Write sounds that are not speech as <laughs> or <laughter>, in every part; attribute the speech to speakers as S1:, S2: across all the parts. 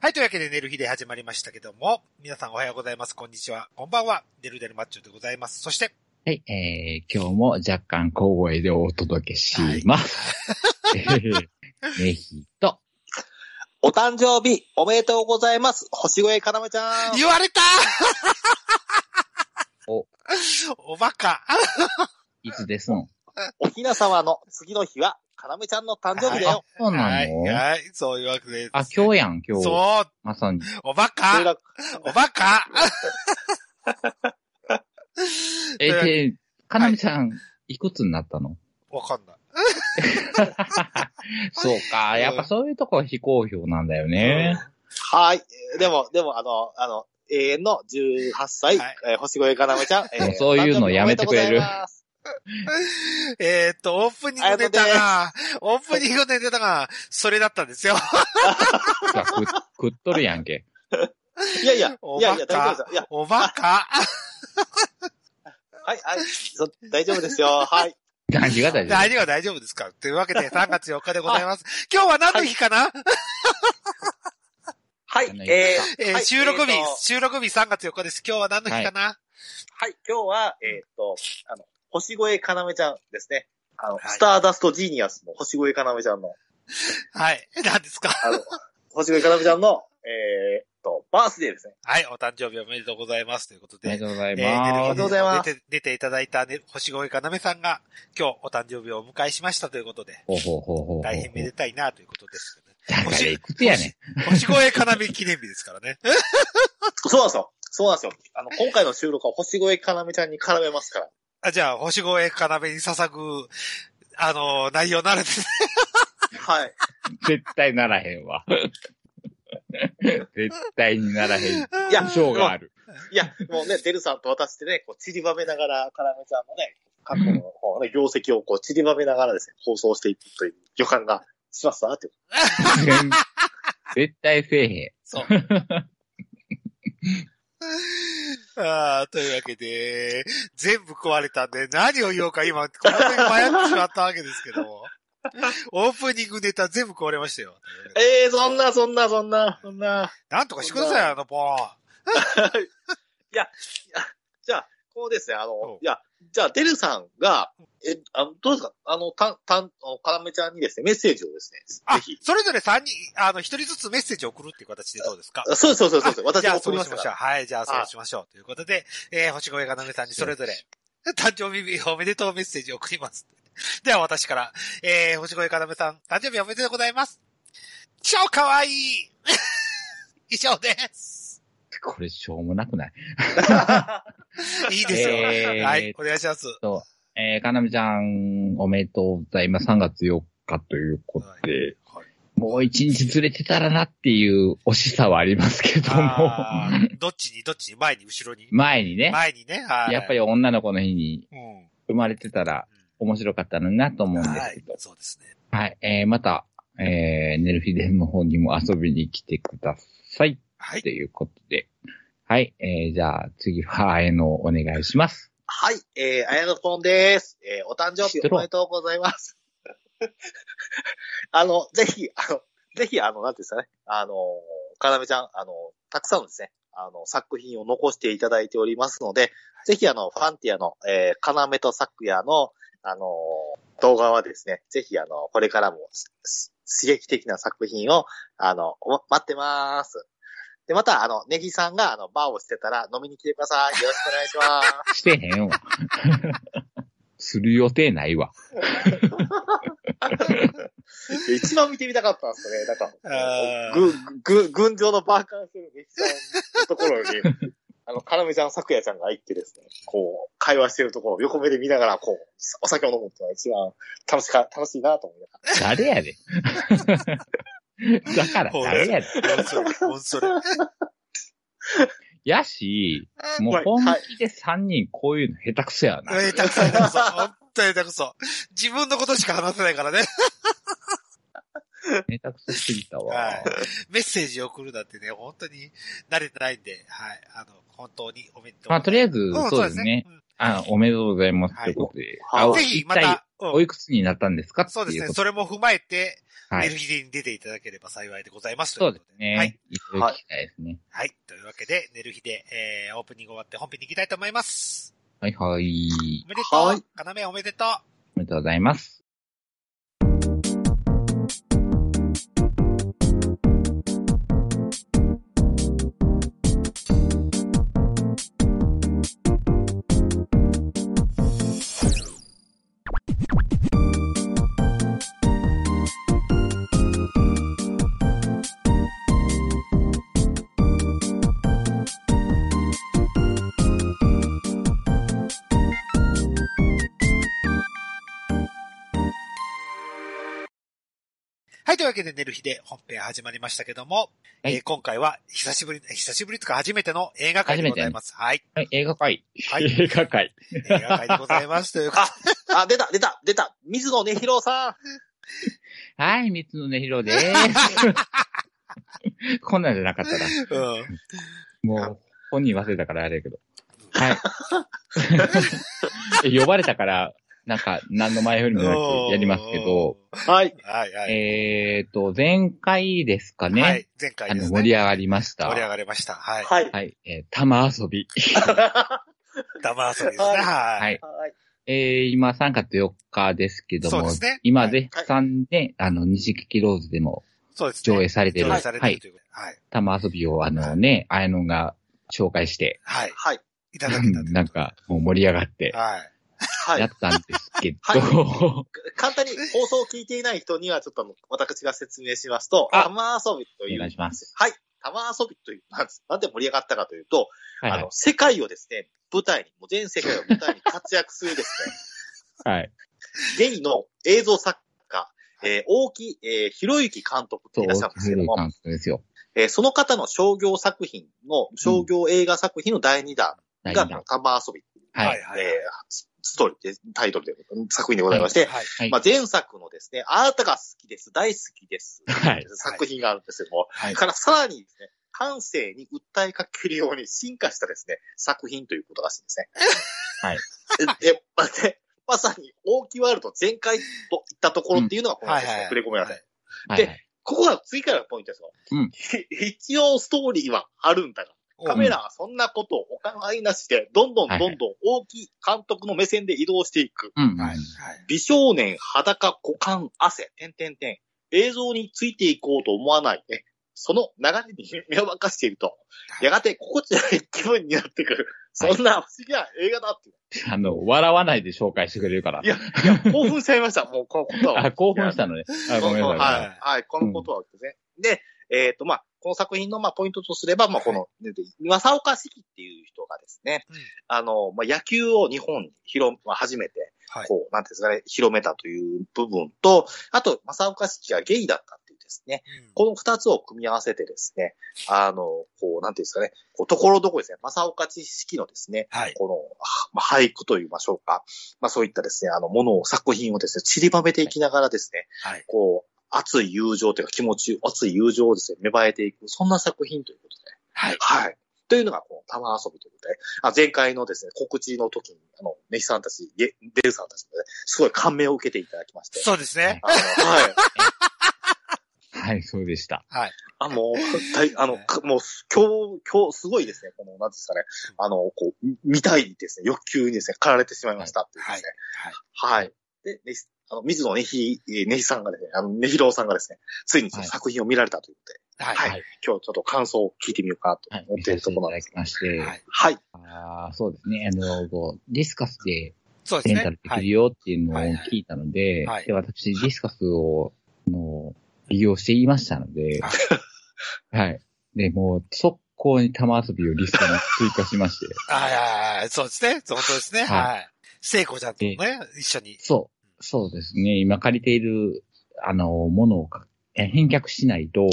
S1: はい、というわけで、寝る日で始まりましたけども、皆さんおはようございます。こんにちは。こんばんは。デルデルマッチョでございます。そして、
S2: はい、えー、今日も若干小声でお届けします。 <laughs> ネヒと、
S3: お誕生日おめでとうございます。星越かなめちゃん。
S1: 言われた
S2: <laughs> お、
S1: おバカ
S2: いつですの
S3: おひな様の次の日は、かなめちゃんの誕生日だよ。
S2: そう
S1: は、
S2: ないの、
S1: はい、そういうわけです。
S2: あ、今日やん、今日。
S1: そう、
S2: まさに。
S1: おバ
S3: そ
S1: カ
S3: れだ
S1: おバカ
S2: え
S1: というわけで
S2: で、かなみちゃん、いくつになったの
S1: わかんない。
S2: そうか、やっぱそういうとこは非公表なんだよね。
S3: はーい。でも、でも、あの、あの、永遠の18歳、
S1: はい
S3: えー星越かなめちゃん。え
S2: もうそういうのやめてくれる
S3: お誕生日おめでとうございます
S1: えーっと、オープニングネタが、オープニングネタが、それだったんですよ。
S2: ほら食食っとるや
S1: <laughs>
S2: んけ。
S3: いやいや、い
S1: お
S3: や
S1: バ
S3: いや、大丈夫
S1: カ
S3: ですよ。いや、
S1: おバカ
S3: はい、はい、そ大丈夫ですよ。はい。
S2: 何が大
S1: 大
S2: 丈
S1: 丈夫、大丈夫ですかというわけで、3月4日でございます。今日は何の日かな、
S3: はい
S2: あの
S3: え
S1: えー
S3: はい
S1: 収録日、
S3: えーと
S1: 収録日3月4日です。今日は何の日かな、
S3: はい、今日は、えーっと、あの、星越かなめちゃんですね。あの、
S1: はい
S3: スターダストジーニアスの星越かなめちゃんの、
S1: はい。何ですか
S3: あの、星越かなめちゃんの、えーっと、バースデーですね。
S1: はい。お誕生日おめでとうございます。ということ
S2: 夫あり
S1: で。
S2: がとうござい
S1: えー
S2: ます。
S3: ありがとうございます
S1: 出て出ていただいた、ね、星越かなめさんが今日お誕生日をお迎えしましたということで、
S2: ほうほうほうほうほう。
S1: 大変めでたいなということですよね。
S2: だから
S1: 星
S2: いくつやねん。
S1: 星越かなめ記念日ですからね。
S3: そうなんですよ。そうなんですよ。あの、今回の収録は星越かなめちゃんに絡めますから。
S1: あじゃあ、星越かなめに捧ぐ、あのー内容になるんですね。
S3: はい。
S2: 絶対ならへん
S1: <laughs>
S2: わ。絶対にならへん。
S3: いや
S2: 保証がある。
S3: いや、もうね、デルさんと私でね、こう、散りばめながら、かなめちゃんのね、過去のこうね業績をこう、散りばめながらですね、放送していくという予感がしますわ、って。
S2: <laughs> 絶対せえへん。
S1: ああ、というわけで、全部壊れたんで、何を言おうか今、こんなに迷ってしまったわけですけども。オープニングネタ全部壊れましたよ。
S3: ええー、そんな、そんな、そんな、そんな。
S1: なんとかしてください、あの、も
S3: じゃあ、こうですね、あ
S1: お
S3: の、いや、じゃあ、デルさんが、え、あの、どうですかあの、た、たん、あのかなめちゃんにですね、メッセージをですね、
S1: あ
S3: ぜひ。
S1: う。それぞれ3人、あの、1人ずつメッセージを送るっていう形でどうですか
S3: あそうですそうですそうです。私
S1: じゃ
S3: が
S1: あ、そ
S3: 送
S1: う
S3: り
S1: しま
S3: まし
S1: したょう。
S3: から。
S1: はい、じゃあ、そうしましょう。ということで、えー、星越かなめさんにそれぞれ、誕生日おめでとうメッセージを送ります。では、私から、えー、星越かなめさん、誕生日おめでとうございます。超かわいい以上です。
S2: これ、しょうもなくない。
S1: いいですよ。
S2: えー
S1: はい、お願いします。
S2: えー、かなみちゃん、おめでとうございます。3月4日ということで、
S1: はい
S2: もう1日ずれてたらなっていう惜しさはありますけども、
S1: あーどっちに、どっちに、前に、後ろに。
S2: 前にね、
S1: 前にね、はい。
S2: やっ
S1: り、
S2: ぱり女の子の日に
S1: うん。
S2: 生まれてたら面白かったのになと思うんです
S1: は
S2: け
S1: い
S2: ど、、
S1: そうですね。
S2: はい、えー、また、えー、ネルフィデンの方にも遊びに来てください。
S1: は
S2: と
S1: い。
S2: いうことで。はい。えー、じゃあ、次は、あえの、お願いします。
S3: はい、えー、あやのぽんです。えー、お誕生日おめでとうございます。 <laughs> あの、ぜひ、あの、ぜひ、あの、なんていうんですかね、あの、かなめちゃん、あの、たくさんのですね、あの、作品を残していただいておりますので、ぜひ、あの、ファンティアの、えー、かなめとさくやの、あの、動画はですね、ぜひ、あの、これからも、しし刺激的な作品を、あの、お待ってます。で、また、あの、ネギさんが、あの、バーをしてたら飲みに来てください。よろしくお願いします。
S2: してへんわ。する予定ないわ。
S3: 一番見てみたかったんですよね。なん
S1: あ
S3: か、
S1: ー
S3: ぐ、ぐ、群青のバーカンする劇団のところに、 <laughs> あの、カラメちゃん、サクヤちゃんが行ってですね、こう、会話してるところを横目で見ながら、こう、お酒を飲むっていうのが一番楽しか、楽しいなと思いなが
S2: 誰やで。だから、誰やで。
S1: ほんそれ、ほんそれ。
S2: やし、もう
S3: はい
S2: 本気で3人こういうの下手くそやな。
S1: えー、たくさん、たくさん、本当にたくさん。自分のことしか話せないからね。
S2: 下手くそすぎた
S1: は
S2: わ
S1: い。メッセージを送るなんてね、本当に慣れてないんで、はい。あの、本当におめでとう。
S2: まあ、とりあえず
S1: うん、
S2: そうですね。。
S1: うん
S2: あ、おめでとうございます。
S1: はい
S2: ということで。
S3: はい
S2: あお
S1: ぜひ、また、
S2: お
S1: うん
S2: いくつになったんですかって
S1: そうです
S2: い
S1: ね。
S2: うこと
S1: それも踏まえて、
S2: は
S1: エ
S2: い
S1: ル。ギリに出ていただければ幸いでございます。
S2: そうです
S1: は
S2: ね
S1: い。。
S2: いろいろ聞きたいですね。
S1: はい。というわけで、寝る日で、えー、オープニング終わって本編に行きたいと思います。
S2: はいはい。
S1: おめでとう。
S3: はい
S1: かなめおめでとう。
S2: おめでとうございます。
S1: はい。というわけで、寝る日で本編始まりましたけども、
S2: はい
S1: えー今回は久しぶり、久しぶりというか初めての映画会でございます。はい。
S2: はい、映画会。
S1: はい。
S2: <laughs> 映画会。
S1: 映画会でございます。という
S2: <laughs>
S1: か、
S3: あ、出た、出た、出た。水野ねひろさん。
S2: はい、三つのねひ
S1: <laughs>
S2: ろです。こんなんじゃなかったら、
S1: うん。
S2: もう、本人忘れたからあれだけど。
S1: <laughs>
S2: はい。呼ばれたから、なんか、何の前よりもなくやりますけど、
S3: はい。
S1: はいはい。
S2: えーと、前回ですかね。
S1: はい。前回
S2: あ
S1: で
S2: の、
S1: す
S2: 盛り
S1: ね。
S2: 上がりました。
S1: 盛り上がりました。はい。
S3: はい。
S2: はい、えー、玉遊び。
S1: 玉遊びですね。
S3: はい
S1: は。
S2: はいい。
S3: はい。
S2: えー、今3月4日ですけど
S1: そう
S2: も、
S1: ですね
S2: 今絶賛で、あの、西劇ローズでも
S1: そうですね。
S2: 上映されてる、
S1: 上
S2: は
S1: 映
S2: い、
S1: されてるということではい。
S2: 玉遊びをあのね、あやのんが紹介して、
S1: はい。
S3: はい。
S1: いただけたということで
S2: なんか、もう盛り上がって、
S1: はい。
S3: は
S2: や
S3: い
S2: っ。たんですけど、
S3: はい簡単に放送を聞いていない人には、ちょっとあの、私が説明しますと、
S2: あ
S3: 玉遊びという。
S2: お願いします。
S3: はい。玉遊びという、なんですなんで盛り上がったかというと、
S2: はいは
S3: あ
S2: い
S3: の、世界をですね、舞台に、もう全世界を舞台に活躍するですね、
S2: はい。
S3: ゲイの映像作家、えー大木、えー、広之監督って
S2: そう、
S3: いらっしゃるんですけども、
S2: 監督ですよ。
S3: えーその方の商業作品の、商業映画作品の第2弾
S2: 大
S3: が
S2: 事な。
S3: 玉遊び、
S2: はい。
S3: えースストーリーで、タイトルで、作品でございまして、
S1: はい。
S2: はい
S3: まあ、前作のですね、あなたが好きです、大好きです、
S2: はい。
S3: 作品があるんですけども、
S1: はい。
S3: からさらにですね、感性に訴えかけるように進化したですね、作品ということらしいんですね。
S2: はい
S3: え。え、まあねまさに、大木ワールド全開といったところっていうのが、この
S1: はい
S3: です
S1: はい
S3: ね
S1: はい
S3: 触れ込みなんですね
S2: はい。
S3: でここが次からのポイントですよ。
S2: うん
S3: ひ一応ストーリーはあるんだが、カメラはそんなことをお構いなしで、どんどんどんどん大木監督の目線で移動していく。
S2: うん。
S1: はい。はい。
S3: 美少年裸股間汗、点点点。映像についていこうと思わないで、その流れに目を任せていると、やがて心地よい気分になってくる。そんな不思議な映画だっていう。
S2: あの、笑わないで紹介してくれるから
S3: い。や、いや、興奮しちゃいました。もう、このことは。
S2: <laughs> あ、興奮したのね。あ、ごめんな
S3: は
S2: さ
S3: い。はい、このことはですね。で、えっ、と、まあ、この作品の、まあ、ポイントとすれば、まあ、この、正岡四季っていう人がですね、
S1: うん
S3: あの、まあ、野球を日本に広、まあ、初めて、
S1: はい
S3: こう、なんていうんですかね、広めたという部分と、あと、正岡四季がゲイだったっていうですね、
S1: うん
S3: この二つを組み合わせてですね、あの、こう、なんていうんですかね、こう、ところどころですね、正岡知識のですね、
S1: はい。
S3: この、はまあ、俳句と言いましょうか。まあ、そういったですね、あの、ものを、作品をですね、散りばめていきながらですね、
S1: はい。
S3: こう、熱い友情というか気持ち、熱い友情をですね、芽生えていく、そんな作品ということで。
S1: はい。
S3: はい。というのが、この玉遊びということで、あ前回のですね、告知の時に、あの、ネヒさんたち、ゲデルさんたちもね、すごい感銘を受けていただきまして。
S1: そうですね。
S3: あのはい。
S2: い。はい、そうでした。
S1: はい。
S3: あ、もう、大 <laughs> あの、かもう、今日、今日、すごいですね、この、なんていうんですかね、あの、こう、み見たいですね、欲求にですね、駆られてしまいましたっていうですね。
S1: はい。
S3: はい。で、ね、あの、水野ねひ、えーねひさんがですね、あの、ねひろうさんがですね、ついにその
S2: はい
S3: 作品を見られたということで、
S1: はい。
S3: はい。今日ちょっと感想を聞いてみようかなと
S2: はい。
S3: 思
S2: 見
S3: ってい
S2: さ
S3: る
S2: せて
S3: と
S2: い
S3: こ
S2: た
S3: ろなん
S2: だ
S3: です。
S2: きまして。
S1: はい
S3: はい。
S2: ああ、そうですね。あの、こう、ディスカスで
S1: そうです
S2: レ
S1: ね
S2: ンタル。で
S1: は
S2: きる
S1: い。
S2: よっていうのを
S1: はいはい
S2: 聞いたので、
S1: はい
S2: で私、ディスカスを、もう、利用していましたので、 <laughs> はい。で、もう、速攻に玉遊びをリストに追加しまして、
S1: はいはいはい。そうですね。本当ですね。
S2: はい
S1: はい。聖子ちゃんともね、一緒に。
S2: そう、そうですね。今借りている、あの、ものをかえ返却しないと、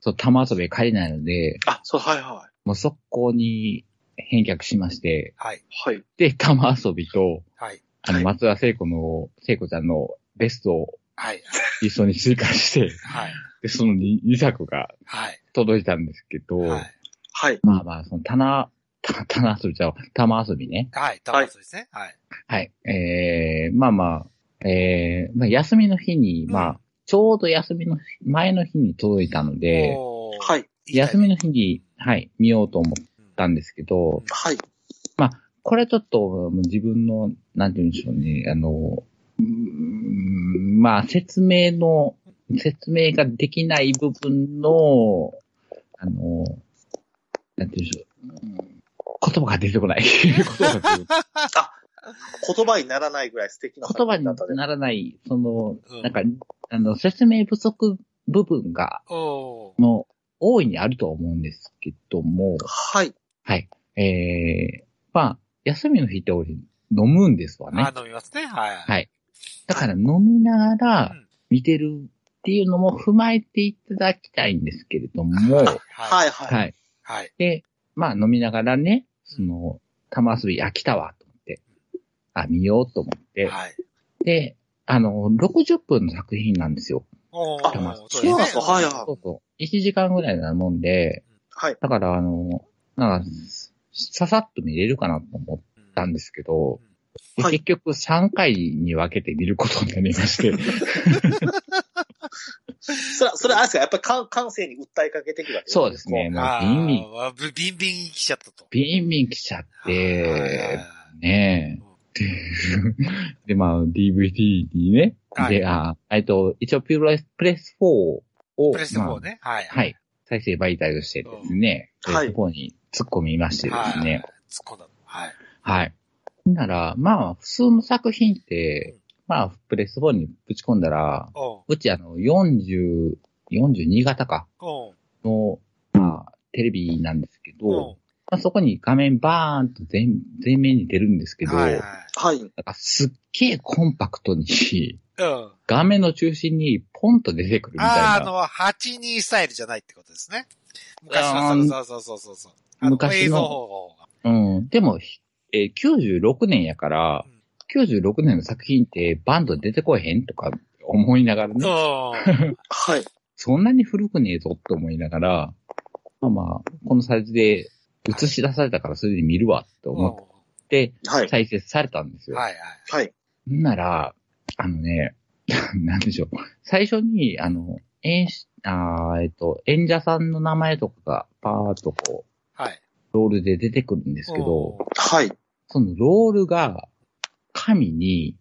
S2: そう、玉遊び借りないので、
S3: あ、そう、はいは
S2: もう速攻に返却しまして、
S1: はい。
S3: い。はい。
S2: で、玉遊びと、
S1: はい。
S2: あの、
S3: はい
S2: 松田聖子の、聖子ちゃんのベストを
S1: はい。
S2: 一緒に追加して、
S1: はい。
S2: で、その 2, 作が
S1: はい。
S2: 届いたんですけど、
S1: はい。
S3: はい。
S2: まあまあ、その棚 <laughs> た、棚遊びちゃう、玉遊びね。
S1: はい、多分そうですね。はい。
S2: はい。えー、まあまあ、えー、まあ休みの日に、
S1: うん
S2: まあ、ちょうど休みの日前の日に届いたので、
S1: おー
S3: はい。
S2: 休み
S1: の
S2: の日に、はい、見ようと思っ
S1: うん
S2: たんですけど、
S3: はい。
S2: これちょっともう自分の、なんて言うんでしょうね、あの、うーんまあ説明の、説明ができない部分の、あの、なんて言うんでしょう、うん言葉が出てこ
S1: <laughs>
S2: ない。言葉が出てこない
S3: 言葉にならないぐらい素敵な
S2: 言葉
S3: だった
S2: に
S3: で。
S2: ならない、その
S1: うん、
S2: なんか、あの、説明不足部分が、
S1: おー
S2: の、大いにあるとは思うんですけども、
S3: はい。
S2: ええまあ、休みの日って俺、飲むんですわね。
S1: あ、飲みますね。はい。
S2: はいだから飲みながら
S1: うん
S2: 見てるっていうのも踏まえていただきたいんですけれども、
S1: は。
S3: はいい、はい。
S2: はい。
S1: はい。
S2: で、まあ飲みながらね、その、玉遊び、あ、来たわ、と思って、あ、見ようと思って、
S1: はい。
S2: で、あの、60分の作品なんですよ。
S1: おー
S2: あ
S3: そうなんですかはいはい
S2: そうそう。1時間ぐらいなもんで、
S3: はい。
S2: だからあの、なんか、ささっと見れるかなと思ったんですけど、で
S3: はい
S2: 結局3回に分けて見ることになりまして、
S1: <laughs>
S3: それ、それあれですかやっぱり感感性に訴えかけてくるわけ
S2: そうですね。。もう
S1: あ
S2: ビンビン
S1: ーぶビンビン来ちゃったと。
S2: ビンビン来ちゃっ
S1: はいはいはい
S2: て、ねえ。 <laughs> で、まあ、DVD にね。
S1: はい
S2: で、あ、えっと、一応、ピューレプレス4を、
S1: プレステ4
S2: ま
S1: ね。はい。
S2: あはい。再生媒体としてですね、
S3: うんはい
S2: そこに突っ込みましてですね。
S1: 突っ込んだ。はい。
S2: はい。なら、まあ、普通の作品っ
S1: う
S2: て
S1: ん、
S2: まあ、プレス4にぶち込んだら、
S1: おう
S2: うちあの、40、42型か、
S1: おう
S2: の、まあ、テレビなんですけど、
S1: お
S2: まあ、そこに画面バーンと全全面に出るんですけ
S1: う
S2: ど、
S1: はいはい。
S3: はい。
S2: なんかすっげえコンパクト
S1: う
S2: に
S1: ん。
S2: 画面の中心にポンと出てくるみたいな。
S1: ああ、あの、82スタイルじゃないってことですね。昔
S2: うん
S1: の、そうそうそうそうそう。あの、
S2: 昔の
S1: 映像方法が。
S2: うん。でも、ひえー96年やから、96年の作品ってバンド出てこへんとか思いながらね、
S1: うん。
S3: はい。
S2: そんなに古くねえぞって思いながら、まあまあ、このサイズで映し出されたからそれで見るわって <laughs> 思って
S3: はい。
S2: 再生されたんですよ。
S1: はいはい。
S3: はい。
S2: んなら、あのね、 <laughs> なんでしょう。最初に、あの、演出、あーえっと、演者さんの名前とかが、パーッとこ
S1: はい。
S2: う、ロールで出てくるんですけ
S1: お
S2: ど、
S1: う
S3: はい。
S2: そのロールが、紙に、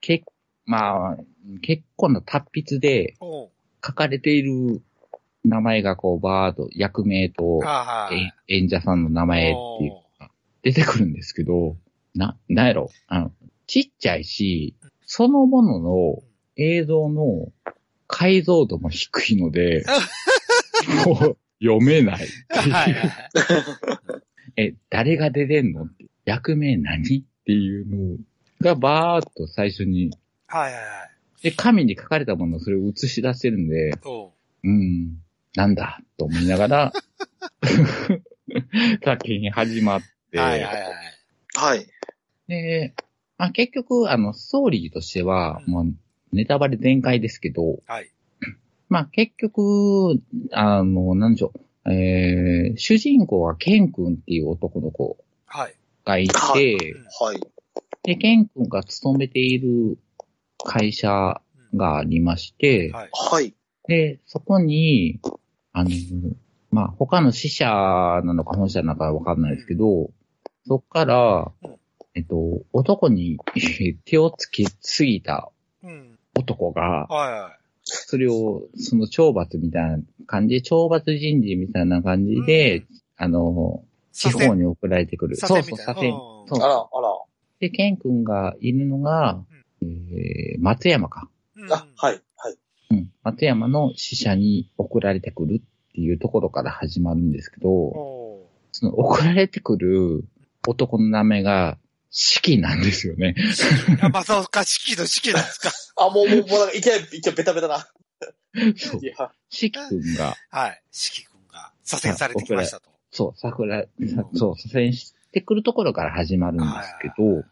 S2: け、まあ、結構な達筆で
S1: おう
S2: 書かれている名前がこう、バーッと、役名と、
S1: あーは
S2: え
S1: い。
S2: 演者さんの名前っていう、出てくるんですけど、な、なんやろあの、ちっちゃいし、そのものの映像の解像度も低いので、もう読めないって
S1: はい
S2: いう。
S1: はい。
S2: え、誰が出てんのって役名何っていうのがバーっと最初に、
S1: はいはいはい。
S2: で、紙に書かれたものをそれを映し出してるんで、
S1: おう
S2: うん、なんだ、と思いながら、 <laughs> 作品始まって、
S1: はいはいはい。
S3: はい。
S2: で、まあ、結局、あの、ストーリーとしては、
S1: うん
S2: もう、ネタバレ全開ですけど、
S1: はい。
S2: まあ、結局、あの、なんでしょう、えー、主人公はケン君っていう男の子
S1: はい。
S2: がい
S3: は
S2: て、
S3: はい。
S2: で、ケン君が勤めている会社
S1: うん
S2: がありまして、
S1: はい。
S3: はい。
S2: で、そこに、あの、まあ、他の死者なのか本社なのかわかんないですけど、そっから
S1: うん、
S2: えっと、男に <laughs> 手をつけすぎた
S1: うん。
S2: 男が、
S1: はいはい。
S2: それを、その懲罰みたいな感じで、懲罰人事みたいな感じ
S1: う
S2: で、あの、地方に送られてくる。
S1: 左
S2: そ
S1: 遷
S2: うそう、
S1: 左
S2: 左
S1: 遷みた
S2: 遷。そ
S1: いう
S3: あら、あら。
S2: で、ケン君がいるのが、えー松山か。
S1: うん
S3: あ、はい。はい。
S2: うん。松山の死者に送られてくるっていうところから始まるんですけど、
S1: おう
S2: その送られてくる男の名前が、四季なんですよね。
S1: あ、まさか、式の式なんですか。 <laughs>
S3: あ、もう、もう、もうなんか、いきなり、いきなりベタベタな。
S2: そう
S3: い。や、
S2: 四季君が、
S1: はい。式君が左遷されてきましたと。
S2: そう、桜、さそう、左遷してくるところから始まるんですけど、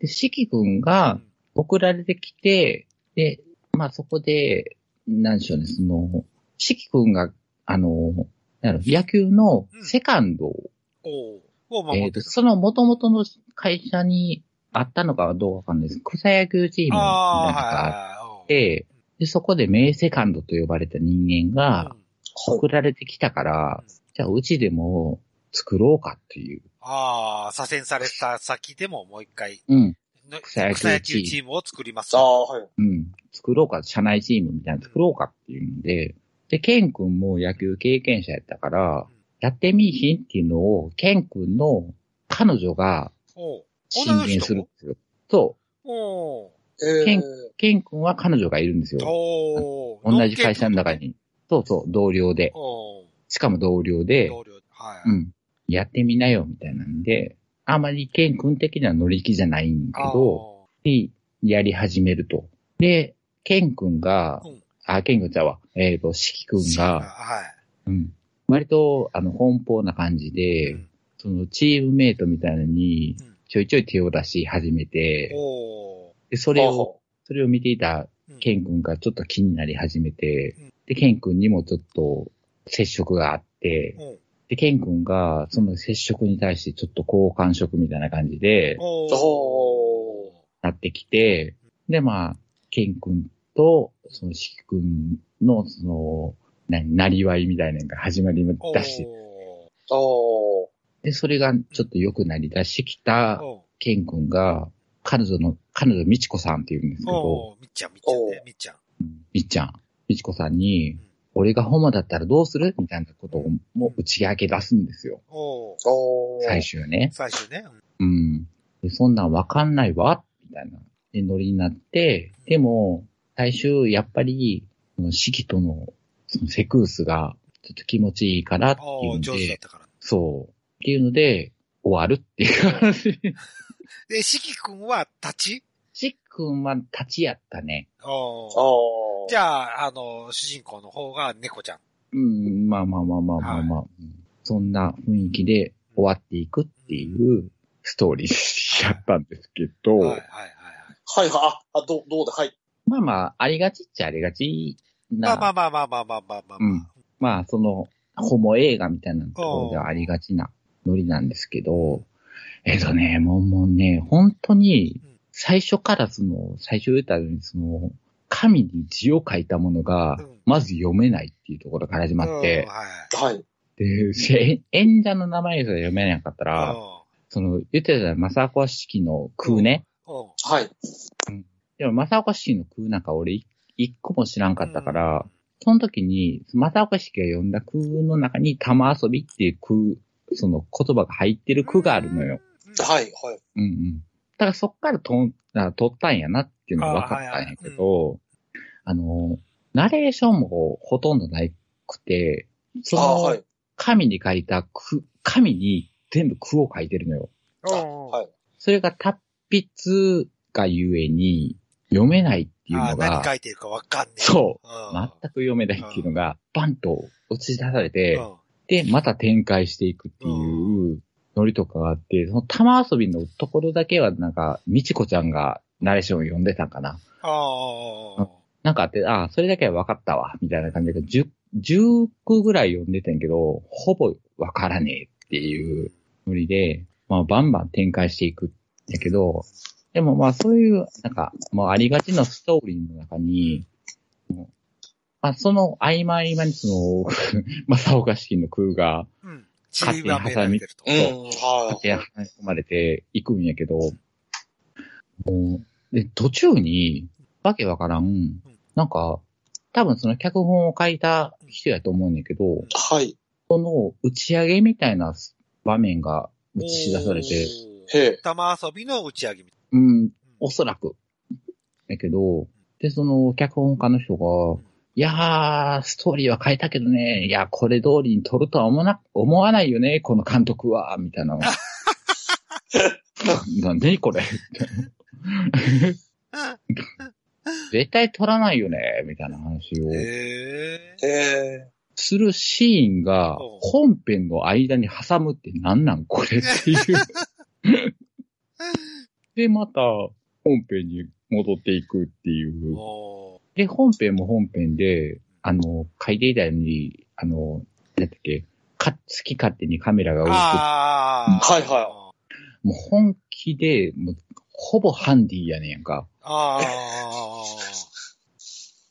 S2: で、四季君が送られてきて、で、まあそこで、なんでしょうね、その、四季君が、あの、なんやろ野球のセカンドを
S1: おうを守
S2: え
S1: っ
S2: っ
S1: て
S2: と、
S1: る。
S2: その元々の会社にあったのかはどうかわかんないです。草野球チームみたいなの
S1: ああ、
S2: があっ
S1: はいはいはい。
S2: て、で、そこで名セカンドと呼ばれた人間
S1: うん
S2: が送られてきたから
S1: うん、
S2: じゃあうちでも作ろうかっていう。
S1: ああ、左遷された先でももう一回、
S2: うん。
S1: の
S2: 草野球チーム
S1: 草野球チームを作ります。
S3: ああ、はい。
S2: うん。作ろうか、社内チームみたいなの作ろうかっていうので、で、ケン君も野球経験者やったから
S1: うん、
S2: やってみいひんっていうのを、ケン君の彼女が
S1: おう
S2: 進言するんですよ。そ
S1: おう
S3: え
S2: ケン
S3: ー
S2: う。ケン君は彼女がいるんですよ。
S1: おう
S2: 同じ会社の中。に。そうそう、同僚で。
S1: おう
S2: しかも同僚で、
S1: 同僚。は
S2: う
S1: い。
S2: ん。やってみなよ、みたいなんで、あまりケン君的には乗り気じゃないんだけ
S1: ああ
S2: ど、で、やり始めると。で、ケン君が、
S1: うん
S2: あ、ケン君ちゃうわ、えっ、と、シキ君が、
S1: は
S2: うん、割と、あの、奔放な感じ
S1: い。
S2: で、
S1: うん
S2: その、チームメイトみたいなのに
S1: うん、
S2: ちょいちょい手を出し始めて、
S1: おう
S2: で、それ
S3: ほう
S2: を、
S3: ほ
S2: それを見ていた
S1: うん
S2: ケン君がちょっと気になり始めて
S1: うん、
S2: で、ケン君にもちょっと接触があって、
S1: おう
S2: で、ケン君がその接触に対してちょっと好感触みたいな感じで、
S1: おう
S3: おう
S2: なってきて、で、まあ、ケン君と、その、シキ君の、その、な、なりわいみたいなのが始まり
S1: おう
S2: だし、
S3: おー
S2: で、それがちょっと良くなりだしてきた、
S1: おう
S2: ケン君が、彼女の、彼女、みちこさんって言うんですけど、
S1: おうみっちゃん、みっちゃんね、みっちゃん。
S2: みっちゃん、みちこさんに
S1: うん、
S2: 俺がホモだったらどうするみたいなことを、もう打ち明け出すんですよ。
S1: おう
S3: おー
S2: 最終はね。
S1: 最終ね。うん
S2: うん。でそんなんわかんないわ、みたいな、でノリになって、でも、最終、やっぱり、その四季との、そのセクウスが、ちょっと気持ちいいからってい
S1: おう
S2: うの
S1: 上手だっ
S2: で、
S1: たから。
S2: そう。っていうので、終わるっていう話。
S1: で、しきくんは立ち
S2: しっくんは立ちやったね。
S1: おう
S3: おー
S1: じゃあ、あの、主人公の方が猫ちゃん。
S2: うん、まあまあまあまあまあまあ、うんそんな雰囲気で終わっていくっていうストーリーやったんですけど、
S1: はいはいはいはい。
S3: はいはい、あ、あどう、どうだ、はい。
S2: まあまあ、ありがちっちゃありがちな
S1: まあまあまあまあまあまあまあまあ。
S2: うんまあ、その、ホモ映画みたいなところではありがちなノリなんですけど、えっとね、もうもうね、本当に
S1: うん、
S2: 最初からその、最初言ったように、その、神に字を書いたものが
S1: うん、
S2: まず読めないっていうところから始まっ
S1: う
S2: て
S1: ん、はい。
S3: はい。
S2: で、せ演者の名前が読めなかったら、
S1: あ
S2: その、言ってたじゃん、正岡式の空ね。
S1: うん。
S3: はい。
S2: でも、正岡式の空なんか俺い、一個も知らんかったから、その時に、正岡式が呼んだ空の中に玉遊びっていう空、その言葉が入ってる空があるのよ。
S1: うん。
S3: はい、はい。
S2: うんうん。だからそっからとん、あ取ったんやなっていうのが分かったんやけど、あ,、の、ナレーションもほとんどなくて、そ
S3: あは
S2: の
S3: い。
S2: 紙に書いた空、紙に全部空を書いてるのよ。
S1: うん
S3: はい。
S2: それが達筆がゆえに読めないっていう
S1: あー
S2: の
S1: 何
S2: が、
S1: 書いてるかわかんねえ。
S2: そうう、
S1: ん。
S2: 全く読めないっていうのが、バンと打ち出されて、
S1: うん
S2: で、また展開していくっていうノリとかがあって、その玉遊びのところだけはなんか、みちこちゃんがナレーションを読んでたんかな。
S1: あああ
S2: なんかあって、ああ、それだけは分かったわ、みたいな感じで、10、10個ぐらい読んでたんやけど、ほぼ分からねえっていうノリで、まあ、バンバン展開していくんだけど、でもまあ、そういう、なんか、もうありがちなストーリーの中に、まあ、その合間合間にその、 <laughs> 正岡式の空が、
S1: あ。うん。ちりばめられてると。
S2: 勝手に
S3: うん、は
S2: 勝手
S3: い。
S2: に挟み込まれていくんやけど、もう、で、途中に、わけわからん、なんか、多分その脚本を書いた人やと思うんやけど、
S3: はい。
S2: その打ち上げみたいな場面が映し出されて、
S3: へえ。
S1: 玉遊びの打ち上げみたい
S2: うん、
S1: な。
S2: おそらく。やけど、で、その脚本家の人が、いやー、ストーリーは書いたけどね、いや、これ通りに撮るとは思わな、思わないよね、この監督は、みたい <laughs> な。なんでこれ絶対撮らないよね、みたいな話を
S1: うんへえ。
S3: へえ。
S2: するシーン
S1: う
S2: が
S1: ん
S2: 本編の間に挟むってなんなんこれっていう。
S1: <laughs>
S2: で、また本編に戻っていくっていう。
S1: おー
S2: で、本編も本編で、あの、書いていたように、あの、なんだっけ、か、好き勝手にカメラが動
S1: ああ。。
S3: はいはい
S2: く。もう本気で、もう、ほぼハンディやねんやんか。
S1: ああ。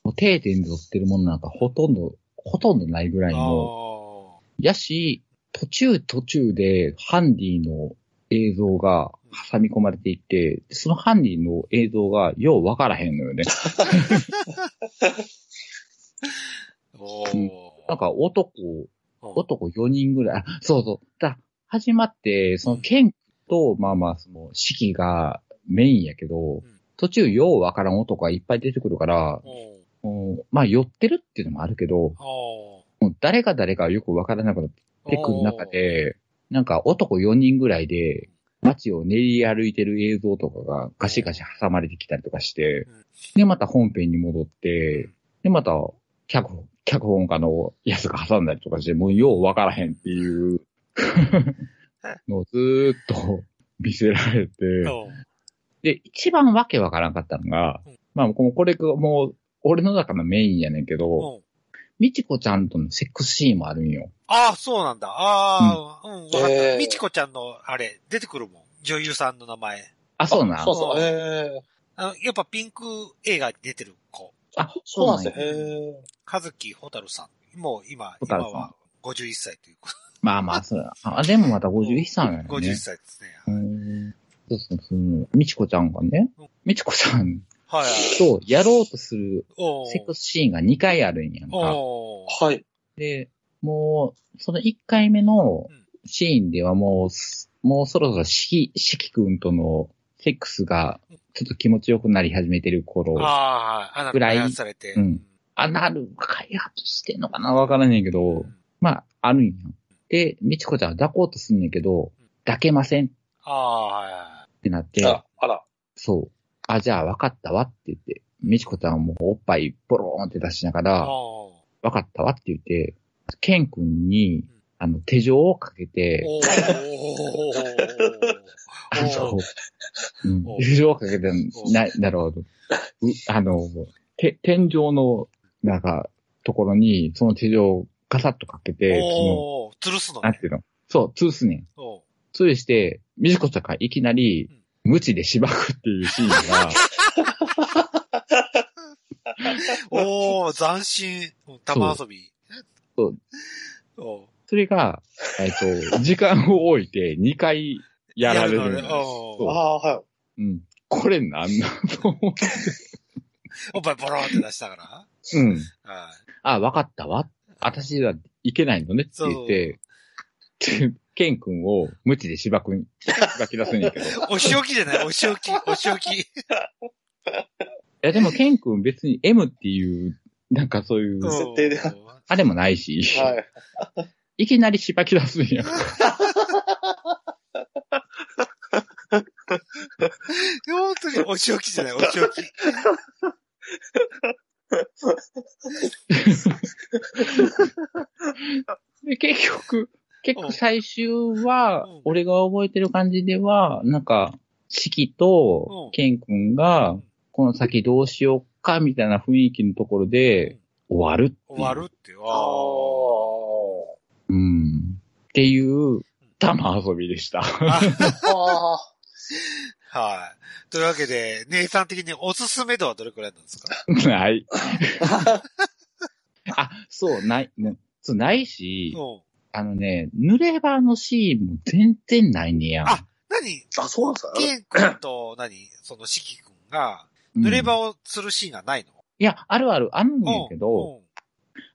S2: もう定点で撮ってるものなんかほとんど、ほとんどないぐらいの。
S1: あ
S2: やし、途中途中でハンディの映像が挟み込まれていって、そのハンディの映像がようわからへんのよね。
S1: ーおー
S2: なんか男、
S1: うん
S2: 男4人ぐらい、あそうそう。だ始まって、その剣と、まあまあ、その、四季がメインやけど、途中ようわからん男がいっぱい出てくるから、
S1: うん
S2: うんまあ寄ってるっていうのもあるけど、
S1: お
S2: もう誰が誰かよくわからなくなっ
S1: ー
S2: てくる中、で、なんか男4人ぐらいで、街を練り歩いてる映像とかがガシガシ挟まれてきたりとかして
S1: うん、
S2: で、また本編に戻って、で、また脚本、脚本家のやつが挟んだりとかして、もうようわからへんっていうのをずーっと見せられて、
S1: うん
S2: で、一番わけわからんかったのが
S1: うん、
S2: まあ、これがもう、俺の中のメインやねんけど、
S1: うん
S2: みちこちゃんとのセックスシーンもあるんよ。
S1: ああ、そうなんだ。ああ、うん、わかった
S3: え。ー
S1: みちこちゃんの、あれ、出てくるもん。女優さんの名前。
S2: あ、そうなん
S3: そうそう。へえ。
S1: あのやっぱピンク映画に出てる子。
S2: あ、
S3: そうなんです
S2: や
S3: よ。へえ。
S1: かずきほたるさん。もう今、
S2: ほた
S1: 今
S2: るさん
S1: は51歳ということ。
S2: まあまあ、そうやあ、でもまた51歳なんや
S1: 51
S2: ね。
S1: 歳ですね。
S2: うんそうそうそう。みちこちゃんがね
S1: うん、
S2: みちこさん
S1: はい。
S2: とやろうとする
S1: おー
S2: セックスシーンが2回あるんやんか。
S1: おー
S3: はい。
S2: で、もう、その1回目の
S1: うん
S2: シーンではもうす、もうそろそろしき、しきくんとのセックスがちょっと気持ちよくなり始めてる頃、あ
S1: ああ、はい。あなた
S2: ぐらい
S1: 開発されて。
S2: うんなる開発してんのかなわからんねんけ
S1: う
S2: ど、
S1: ん
S2: まあ、あるんやん。で、みちこちゃんは抱こうとすんねんけど、抱けませんっ
S1: ああ、はいは
S2: てなっ
S3: あ
S2: て
S3: ら、、あら。
S2: そう。あ、じゃあ分かったわって言って、みちこちゃんはもうおっぱいボローンって出しなが
S1: い。
S2: ら、
S1: おー
S2: 分かったわって言って、ケン君に、あの、手錠をかけて、
S1: おー
S2: あの
S1: おー、
S2: うん
S1: お
S2: 手錠をかけてな、なるほど。うあの、て、天井の、なんか、ところに、その手錠をガサッとかけて、そ
S1: おー吊るすの
S2: の、なん
S1: ね
S2: て。いうのそう、通すねん。
S1: おー
S2: それして、みずこちゃんがいきなり
S1: うん、
S2: 無知でしばくっていうシーンが、
S1: おー、斬新。玉遊び。
S2: そう
S1: おう。
S2: それが、えっ <laughs> と、時間を置いて2回やられる
S1: や
S2: の
S1: る
S2: よ
S1: のねお
S2: そう
S1: う
S3: ああー、はい。
S2: うん。これなんなんと思って。
S1: おっぱいボローンって出したから。
S2: うん。
S1: は
S2: あ、わかったわ。私はいけないのねって言って、ケン君を無知で芝くん、芝き出すんや <laughs> けど。い
S1: い。お仕置きじゃないお仕置き。お仕置き。
S2: や、でもケン君別に M っていう、なんかそういう、
S3: 設定で
S1: おう
S2: あれもないし、
S3: はい。
S2: い、きなり芝き出すんや。
S1: 本当にお仕置きじゃないお仕置き。
S2: で、結局、結
S1: うん
S2: 局最終
S1: う
S2: は
S1: ん、
S2: 俺が覚えてる感じでは、なんか、四季と
S1: うん
S2: ケン君
S1: う
S2: が
S1: ん、
S2: この先どうしようかみたいな雰囲気のところで、終わるっていう。
S1: 終わるっていう。あ
S3: ああ
S1: ー
S2: うん。っていう、玉遊びでした。 <laughs>
S3: ああ。
S1: はい。というわけで、姉さん的におすすめ度はどれくらいなんですか <laughs>
S2: ない。あ、そう、ない、ね、そう、ないし、
S1: うん。
S2: あのね、濡れ場のシーンも全然ないねやん。
S1: あ何
S3: あ、そうなんですか
S1: ケン君と何そのシキ君が、
S2: うん
S1: 濡れ場をするシーンがないの
S2: いや、あるある、あるんやけ
S1: うん
S2: ど、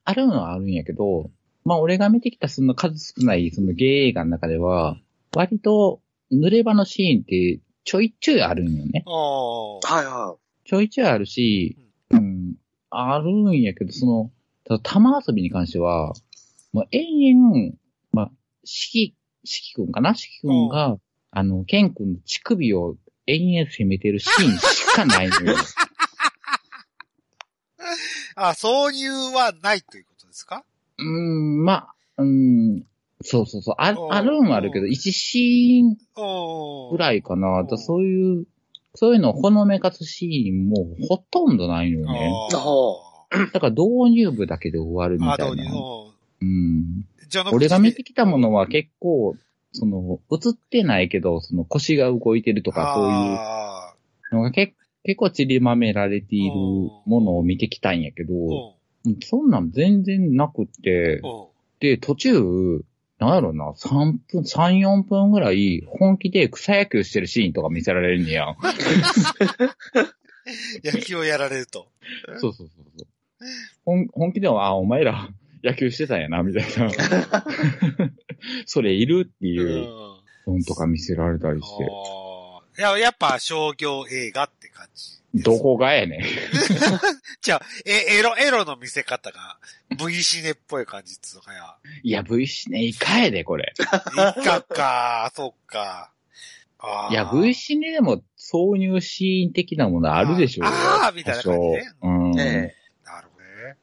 S2: あるのはあるんやけど、まあ俺が見てきたその数少ないそのゲー映画の中では、割と濡れ場のシーンってちょいちょいあるんよね。
S1: おー
S3: はいは
S2: ちょいちょいあるし、うん、あるんやけど、その、ただ玉遊びに関しては、まあ延々、まあ、四季、四季くんかな四季くんが、あの、ケンくんの乳首を延々攻めてるシーンしかない <laughs> のよ。
S1: あ、挿入はないということですか
S2: うーん、まあ、うーん、そうそうそう、あ
S1: おう
S2: あるんはあるけど、1シーン
S1: おー
S2: ぐらいか
S1: お
S2: な。だか
S1: う
S2: らそういう、そういうのをほのめかすシーンもほとんどないのよね。
S1: あ
S3: あ
S1: ー
S2: だから導入部だけで終わるみ
S1: あ、
S2: た
S1: ど
S2: いう
S1: に、うん
S2: な。うん。
S1: 序の口で
S2: 俺が見てきたものは結構、その、映ってないけど、その腰が動いてるとか、そういう
S1: あ
S2: のが結結構散りまめられているものを見てきたんやけど、
S1: ー
S2: うんそんなん全然なくって
S1: うん。、うん。
S2: で、途中、なんやろな、3分、3、4分ぐらい、本気で草野球してるシーンとか見せられるんねやん。
S1: 野球をやられると。
S2: そうそうそうそう。本本気では、あ、お前ら野球してたんやな、みた <laughs> いな。それいるっ
S1: う
S2: ていう、
S1: ん。
S2: 本とか見せられたりして。
S1: あーいや、やっぱ商業映画って感じ。
S2: どこがやねん。
S1: じゃあ、え、エロ、エロの見せ方が、V シネっぽい感じっつうのかや。
S2: いや、V シネイカやで、これ。
S1: いかか、 <laughs> そっか。あー
S2: いや、V シネでも挿入シーン的なものあるでしょうよ
S1: ああーみたいな感じね
S2: 多少うん。
S3: ええ
S1: なるほどね。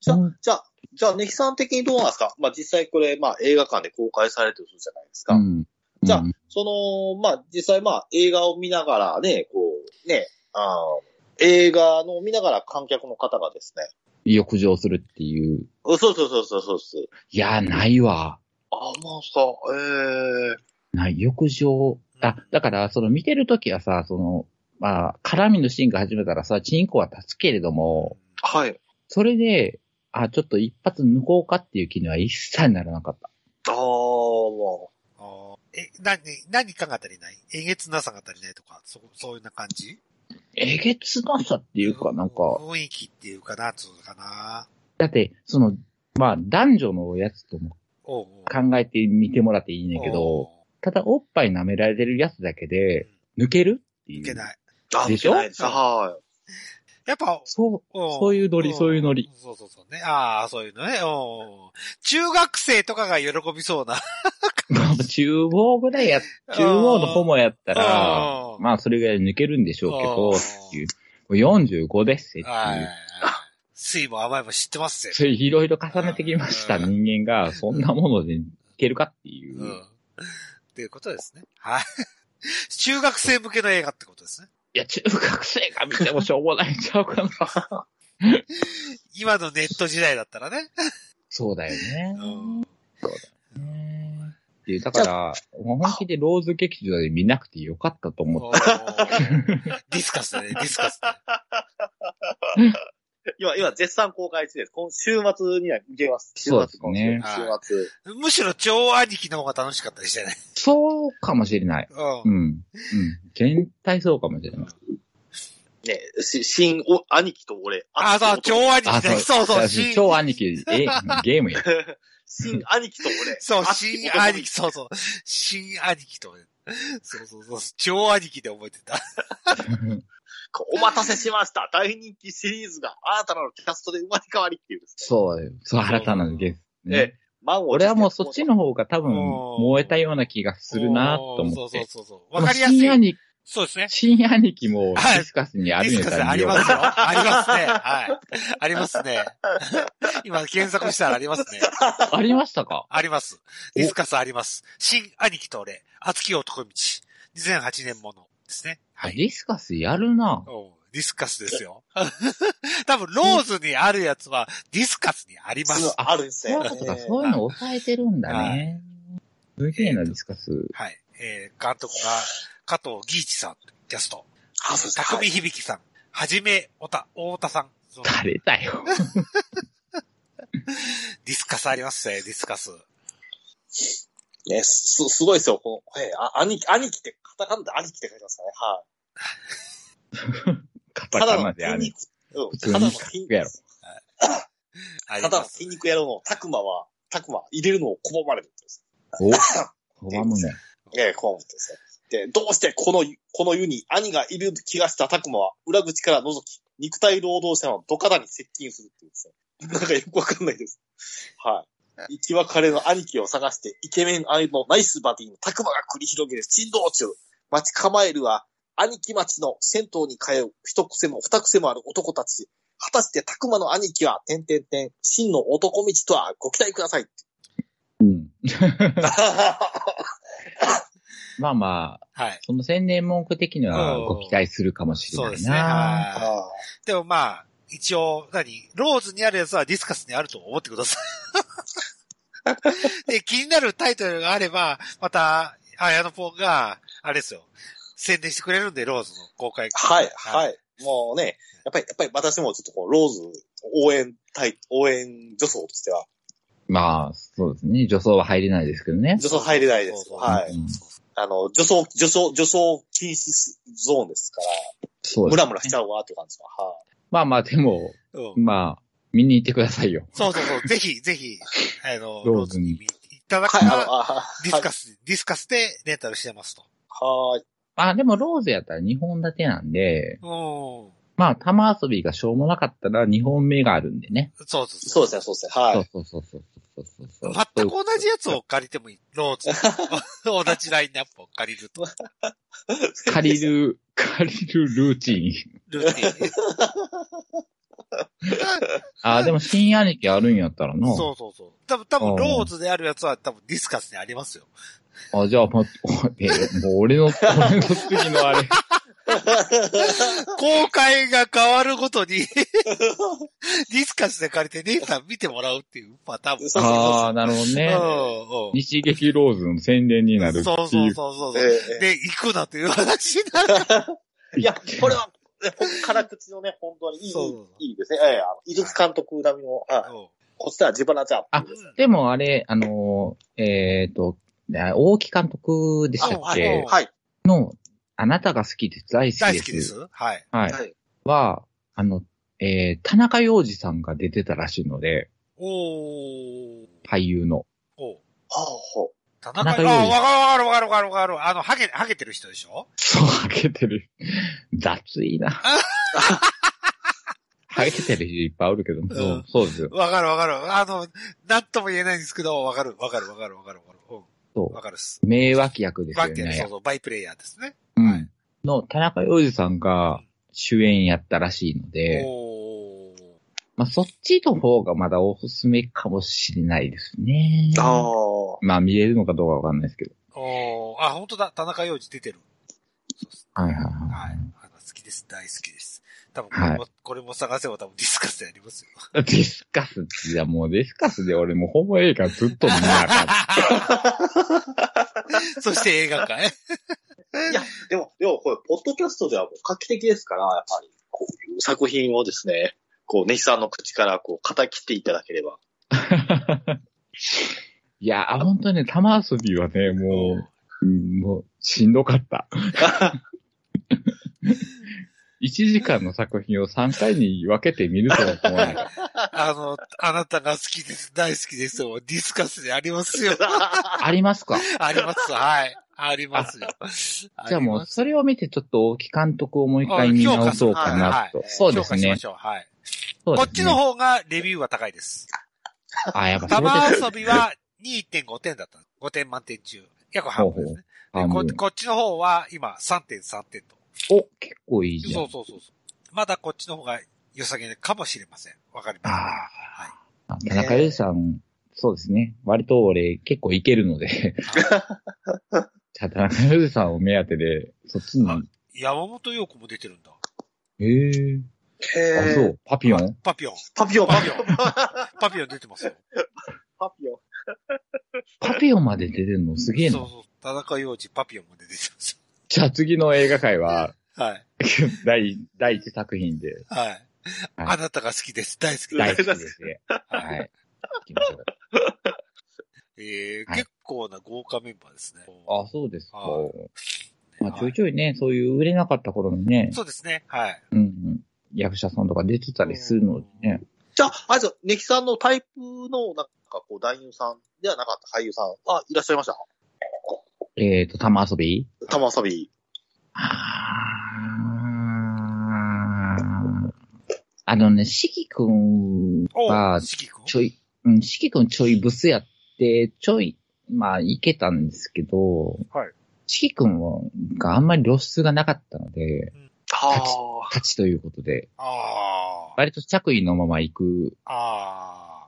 S3: じゃあ
S2: うん、
S3: じゃあ、じゃあ、ネヒさん的にどうなんですかまあ、実際これ、まあ、映画館で公開されてるじゃないですか。
S2: うん。
S3: じゃあ
S2: うん
S3: その、まあ、実際、まあ、映画を見ながらね、こう、ね、あの映画の見ながら観客の方がですね、
S2: 浴場するっていう。
S3: うんそうそうそうそうそうそう。
S2: いや、ないわ。
S3: あ、まあ、そう、ええ
S2: ない、浴場。あ、だから、その見てるときはさ、その、まあ、絡みのシーンが始めたらさ、チンコは立つけれども、
S3: はい。
S2: それで、あ、ちょっと一発抜こうかっていう気には一切ならなかった。
S3: ああ、まあ。
S1: あーえ、何、何かが足りないえげつなさが足りないとか、そ、そういうな感じ
S2: えげつなさっていうか、なんか、
S1: 雰囲気っていうかな、つうのかな。
S2: だって、その、まあ、男女のやつとも
S1: おうおう。
S2: 考えてみてもらっていいねんけ
S1: おう
S2: ど、、ただおっぱい舐められてるやつだけで、抜けるっていう。
S1: いけない。
S3: あ、
S2: でしょ
S3: 見てないですは
S1: やっぱ、
S2: そう、
S1: お
S2: そういうノリ
S1: ん
S2: そういうノリ
S1: そうそうそうね。ああ、そういうのね。おう中学生とかが喜びそうな。
S2: 中央ぐらいや、 <laughs> 中央のホモやったら、
S1: あ
S2: まあ、それぐらい抜けるんでしょうけど、
S1: うん
S2: っていう。もう45ですってい。。
S1: はいう水も甘いも知ってますぜ。
S2: そういういろいろ重ねてきました
S1: う
S2: 人間が、そんなものでいけるかっていうう。
S1: ん。っていうことですね。はい。 <laughs> 中学生向けの映画ってことですね。
S2: いや、中学生が見てもしょうもないんちゃうかな。 <laughs>
S1: 今のネット時代だったらね。
S2: そうだよね
S1: う。ん。
S2: ねっていうだから、もう本気でローズ劇場で見なくてよかったと思っ
S1: おーディスカスだね、ディスカスだね。
S3: い。今、今、絶賛公開中です。今週末には見けます。週末
S2: そうですね
S3: 今週末。
S1: むしろ超兄貴の方が楽しかったりしてね。
S2: た。そうかもしれない。
S1: う。
S2: うんん。うん。全体そうかもしれない。
S3: ね、し新お、兄貴と俺。
S1: あ、そう、超兄貴
S2: あ、
S1: だ。そうそう、新
S2: 超兄貴、え、ゲームや。 <laughs>
S3: <laughs> 新兄貴と俺。
S1: そう、
S3: あ
S1: 新兄貴、。そうそう。新兄貴と思って。そうそうそう。超兄貴で覚えてた。
S3: お待たせしました。大人気シリーズが新たなるキャストで生まれ変わりっていうですね。
S2: そうよ、そう、新たなゲーム。
S3: ええ
S2: ね、
S3: 満を持して
S2: 俺はもうそっち。の方が多分
S1: おー
S2: 燃えたような気がするなと思
S1: そ
S2: っ
S1: うそう
S2: て。
S1: そうそう。わかりやす
S2: 新
S1: い。
S2: 兄貴、
S1: そうですね。
S2: 新兄貴もデ
S1: <laughs> はい
S2: ィスカスに
S1: デ
S2: あるん
S1: ィ
S2: や
S1: スカ
S2: った
S1: ス
S2: ら
S1: あ
S2: 見
S1: り
S2: よう
S1: ますよ。ありますね。はい。ありますね。 <laughs> 今検索したらありますね。
S2: ありましたか
S1: あります。ディスカスあります。新兄貴と俺、熱き男道。2008年ものですね。は
S2: デ
S1: い。
S2: ィスカスやるな
S1: おうディスカスですよ。 <laughs> 多分、ローズにあるやつは、ディスカスにあります。
S3: あるんです
S2: そうい
S3: ね。
S2: うことか、そういうの抑えてるんだね。すげえな、ディスカス。
S1: はい。えー、監督が、加藤義一さん、キャスト。
S3: あそうですね
S1: 匠響さん、はじめ、おた、大田さん。そう
S2: 誰
S1: <laughs>
S2: だよ。
S1: ディスカスありますね、ディスカス。
S3: ね、す、すごいですよ。この、ええ、あ兄貴、兄貴って、カタカナで兄貴って書いてますからね。はい。
S2: カ
S3: た
S2: タ
S3: だ
S2: カ
S3: の
S2: ナであ
S3: 筋
S2: る。
S3: 肉。う
S2: 普
S3: ん。た
S2: 通に
S3: だの筋肉
S2: やろ
S1: あり
S3: ただ
S1: ま
S3: の
S1: す
S3: 筋肉野郎のタクマは、タクマ入れるのを拒まれるんです。
S2: お、拒むね。
S3: ええ、拒むんですね。で、どうしてこの、この湯に兄がいる気がしたタクマは、裏口から覗き、肉体労働者の土方に接近するっていうんですね。なんかよくわかんないです。はい。生き別れの兄貴を探して、イケメン兄のナイスバディのタクマが繰り広げる珍道中。待ち構えるは、兄貴町の銭湯に通う一癖も二癖もある男たち。果たしてタクマの兄貴は、てんてんてん、真の男道とはご期待ください。
S2: うん。
S3: は
S2: まあまあ、
S1: はい。
S2: その宣伝文句的にはご期待するかもしれ
S1: そう
S2: な
S1: で
S2: い
S1: すね。
S2: な。
S1: はい。でもまあ、一応、何ローズにあるやつはディスカスにあると思ってください。
S3: <laughs>
S1: で、気になるタイトルがあれば、また、綾野ポンが、あれですよ、宣伝してくれるんで、ローズの公開。
S3: はい、はい。もうね、やっぱり、やっぱり私もちょっとこう、ローズ応援隊、応援女装としては、
S2: まあ、そうですね。女装は入れないですけどね。
S3: 女装入れないです。
S1: そうそう
S3: はい。
S2: うん
S3: あの、女装、女装、女装禁止ゾーンですから、
S2: そう
S3: ム
S2: です。
S3: ラムラしちゃうわ、って感じは。はい。
S2: まあまあ、でも、
S1: うん
S2: まあ、見に行ってくださいよ。
S1: そうそう
S3: <laughs>
S1: そう。ぜひ、ぜひ、あの、ロ
S2: ロ
S1: ー
S2: ー
S1: ズ
S2: ズ
S1: に
S2: に
S1: 見に行っただ
S3: は
S1: か
S3: い、
S1: ら、
S3: あの、あ
S1: ディス
S3: は
S1: カス、ディスカスでレンタルしてますと。
S3: いはい。
S2: まあでも、ローズやったら2本立てなんで、
S1: うん。
S2: まあ、玉遊びがしょうもなかったら2本目があるんでね。
S1: そうそう
S3: そう
S1: そう。
S3: ですね、そうですね。はい。
S2: そうそうそうそうそうそうそう。
S1: 全く同じやつを借りてもいい。ロー
S3: <laughs>
S1: ズと同じラインナップを借りると。
S2: 借りる、借りるルーチン。
S1: ルーティン。
S2: ああ、でも、新兄貴あるんやったらな。
S1: そうそうそう。多分、多分、ローズであるやつは多分ディスカスにありますよ。
S2: あ、じゃあ、もう、え、もう
S3: <laughs>
S2: 俺の、俺の次のあれ。
S1: 公開が変わるご
S2: <laughs>
S1: とに、ディスカスで借りて姉さん見てもらうっていうパターンも。
S3: <laughs> そう
S2: ああ、なるほどね。
S1: うんうん
S2: 西劇ローズの宣伝になるっていう。
S1: そうそうそうそう。
S3: ええ
S1: で、行くなという話に
S2: <laughs>
S1: なる。
S3: いや、これは、ねほん辛口のね、本当にいい
S1: そう、
S3: いいですね。ええ、あの、井筒監督並みの、はいこっちは自腹じゃん。
S2: あでもあれ、あのー、えっ、と、あ大木監督でしたっ
S3: は
S2: け
S3: い。はい。
S2: の、あなたが好きです。大好きです。
S1: 大好きです。はい。
S2: はい。
S3: はい。
S2: は、あの、えー、田中洋二さんが出てたらしいので、
S1: おー。
S2: 俳優の。
S1: お
S3: ほうほう。
S1: 田
S2: 田
S1: 中裕
S2: 中裕
S1: 二
S2: 二
S1: あ、わかるわかるわかるわかるわかる。あの、ハゲ、ハゲてる人でしょ、
S2: そう、ハゲてる。雑いな。 <laughs> ハゲてる人いっぱいおるけど、そううんそうですよ。
S1: わかるわかる。あの、なんとも言えないんですけど、わかるわかるわかるわかるわかる。う
S2: そ
S1: ん。わかるっす。
S2: う。名脇役です
S1: バ
S2: よ
S1: ッテリー、そう
S2: ね。
S1: そう、バイプレイヤーですね。
S2: う
S1: はい
S2: ん。の、田中洋二さんが主演やったらしいので、
S1: おー。
S2: まあ、そっちの方がまだおすすめかもしれないですね。
S3: あ
S2: まあ、見れるのかどうかわかんないですけど。
S1: おー。あ、本当だ。田中洋二出てる。
S2: はい
S1: は
S2: はい
S1: い。あの好きです。大好きです。多分これも、これも探せば多分ディスカスでありますよ。 <laughs>
S2: はい。 <laughs> ディスカスって、いやもうディスカスで俺もうホモ映画ずっと見なあかん
S1: <laughs> そして映画館へ。 <laughs>
S3: あ。いや、でも、でも、これ、ポッドキャストではもう画期的ですから、やっぱり、こういう作品をですね、こう、ネヒさんの口から、こう、肩切っていただければ。
S2: いや、本当にね、玉遊びはね、もう、うんもう、しんどか
S1: <laughs>
S2: った。1時間の作品を3回に分けて見るとは思わない。
S1: あの、あなたが好きです。大好きですよ。ディスカスであります
S2: <laughs>
S1: よ。
S2: ありますか
S1: あります。はい。ありますよ。
S2: <laughs> じゃあもう、それを見てちょっと大木監督をもう一
S1: あ
S2: 回見直そうかなと。
S1: そ
S2: そううで
S1: ですすね。評価しま。
S2: ね
S1: しょう。はい。
S2: そう
S1: こ
S2: ですね
S1: っちの方がレビューは高いです。
S2: あ、やっぱそう
S1: 玉
S2: です。
S1: 遊びは2.5点だった。5点満点中。約半分ですね。で
S2: 半
S1: こ
S2: 分
S1: こっちの方は今3.3点と。
S2: お、結構いいじゃ
S1: そ
S2: ん
S1: う。そうそうそう。まだこっちの方が良さげかもしれません。わかります。
S2: あ
S1: はい。
S2: あ、田中裕二さん、そうですね。割と俺結構いけるの
S1: <laughs>
S2: で、じゃあ田中裕二さんを目当てで、そっちに。
S1: あ山本陽子も出てるんだ。
S2: へえ。あ、そう。パピオン
S1: パピオン。
S3: パピオン、
S1: パ
S3: パ
S1: ピ
S3: ピ
S1: オ
S3: オ
S1: ン
S3: ン。
S1: パピオン出てますよ。
S3: パピオン。
S2: パピオンまで出てるのすげえ
S1: そう
S2: な。
S1: そう。田中洋次、パピオンも出てます。
S2: じゃあ次の映画
S1: <laughs>
S2: 界は、
S1: はい。
S2: 第、第一作品で、
S1: はい。あなたが好きです。大好き
S2: 第
S1: で
S2: 一
S1: す。
S2: ですね。はい。行きましょう
S1: えー
S2: はい
S1: 結構な豪華メンバーですね。
S2: あ、そうですか。
S1: は
S2: まあ、ちょいちょいね、そういう売れなかった頃にね、
S1: そうですね。はい。
S2: うんうん。役者さんとか出てたりするのでね。
S3: じゃあ、あれですよ、ネヒさんのタイプの、なんか、こう、男優さんではなかった俳優さん、あ、いらっしゃいました
S2: えっ、と、玉遊び
S3: 玉遊び。
S2: あのね、しきくん
S1: お
S2: は
S1: 四季君
S2: ちょい、うん、しきくんちょいブスやって、ちょい、まあ、いけたんですけど、
S1: はい
S2: しきくんはがあんまり露出がなかったので、
S3: は
S2: 勝ちということで、
S1: あー。
S2: 割と着衣のまま行く
S1: あ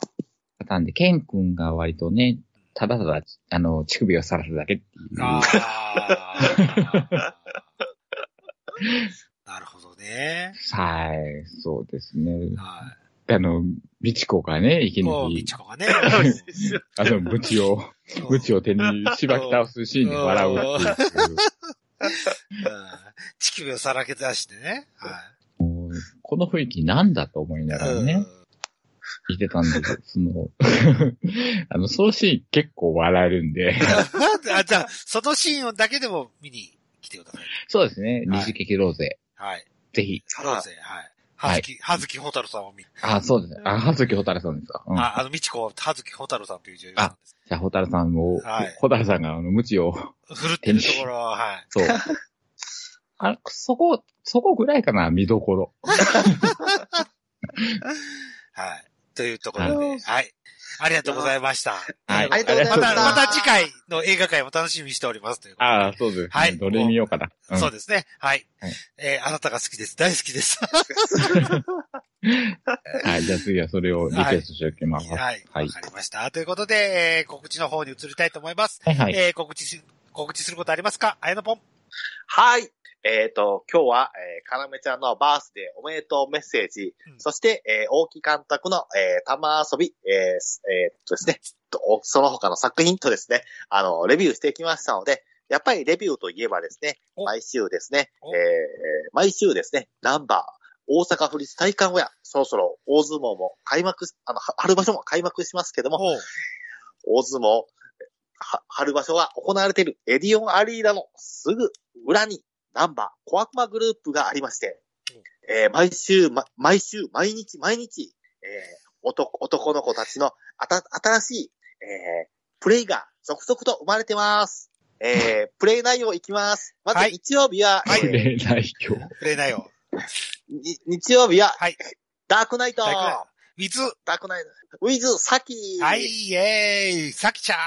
S2: パターンで、ケンくんが割とね、ただただ、あの、乳首をさらすだけっていう
S1: ー。。あ
S2: <laughs>
S1: ー。なるほどね。
S2: はい、そうですね。
S1: は
S2: あの、美智子がね、いきな
S1: こう、み
S2: り
S1: ち、こがね。
S2: あの、ブチを、
S1: そう
S2: ブチを手にしばき倒すシーンで笑うっていう。
S1: うん乳首をさらけ出してね。は。
S2: もうこの雰囲気なんだと思いないがら
S1: う
S2: ね
S1: ん、。
S2: 見てたんだけど、その、 <laughs> あの、そのシーン結構笑えるんで、
S1: あ、じゃあ、そのシーンだけでも見に来てください。
S2: そうですね、
S1: はい
S2: 二次劇ローゼ、
S1: はい。
S2: ぜひ。
S1: そうですねはい。はずき、はずきほたるさんを見に。
S2: あ、そうです。あ、はずきほたるさんですか。うん、
S1: あ、あの、みちこは、はずきほたるさんという女優さんです。
S2: じゃあ、ほたるさんを、
S1: はい
S2: ほたるさんが、あの、無知を、
S1: ふるってるところは、はい。
S2: そう。あ、そこ、そこぐらいかな、見どころ。
S1: はい。というところで、はい。ありがとうございました。
S2: はい。
S3: ありがとうござい
S1: ま
S3: ま
S1: た、
S3: した
S1: また次回の映画会も楽しみにしております。ということで
S2: ああ、そうですね。
S1: はい
S2: どれ見ようかな。うん
S1: そうですね。はい。
S2: はい
S1: えーあなたが好きです。大好き
S2: <laughs>
S1: です。
S2: はい。じゃあ次はそれをリクエストしておきます。
S1: はい。わ、
S2: はい
S1: かりました。ということで、えー告知の方に移りたいと思います。
S2: はいはい。
S1: えー告知し、告知することありますかあやのぽん。
S3: はい。えっ、と、今日は、えー、かなめちゃんのバースデーおめでとうメッセージ、
S1: うん
S3: そして、えー大木監督の、えー、玉遊び、えーすえーっとですね、とその他の作品とですね、あの、レビューしてきましたので、やっぱりレビューといえばですね、
S1: お
S3: 毎週ですね、え
S1: お
S3: ー毎週ですね、ナンバー、大阪府立体館親、そろそろ大相撲も開幕し、あの、は春場所も開幕しますけども、
S1: ほう
S3: 大相撲、は春場所が行われているエディオンアリーナのすぐ裏にナンバー小悪魔グループがありまして、えー毎週、ま毎週、毎日、毎日、えー男、男の子たちのあた新しい、えープレイが続々と生まれてます。えープレイ内容いきます。ま
S1: は
S3: ず
S1: い
S3: 日曜日は、
S1: はい
S3: えー
S2: れない今日。
S1: 触れないよ。
S3: に日曜日は、
S1: はい
S3: ダークナイト
S1: 大丈夫水。
S3: ダークナイトウィズ・サキ
S1: はい、イェーイ。さきちゃん。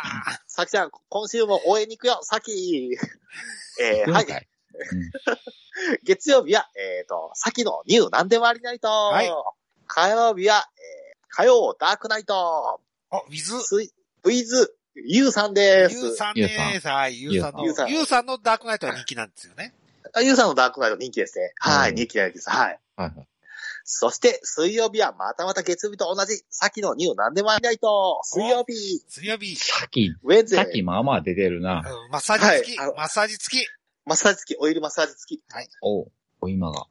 S3: さきちゃん、今週も応援に行くよ、さきえー、
S2: は
S3: はいい。。月曜日は、えっ、と、さきのニュー何でもありナイト。
S1: はい
S3: 火曜日は、えー、火曜ダークナイト。
S1: あ、水。
S3: スイ、ウィズ、ユウさんです。
S1: ゆうさんです。はい、ゆうさんの
S3: ゆうさ、ん
S1: ゆうさんのダークナイトは人気なんですよね。
S3: あユウさんのダークナイト人気ですね。はい、
S2: うん
S3: 人気なんです。はい。
S2: はい。
S3: そして、水曜日は、またまた月曜日と同じ、さきのニュー何でもありナイト。水曜日、
S1: 水曜日。
S2: さっき、
S3: ウェンズ
S2: さっきまあまあ出てるな。
S1: うんマッサージ付き、
S3: はいあの
S1: マッサージ付き。
S3: マッサージ付き、オイルマッサージ付き。
S2: おうお今が。
S3: は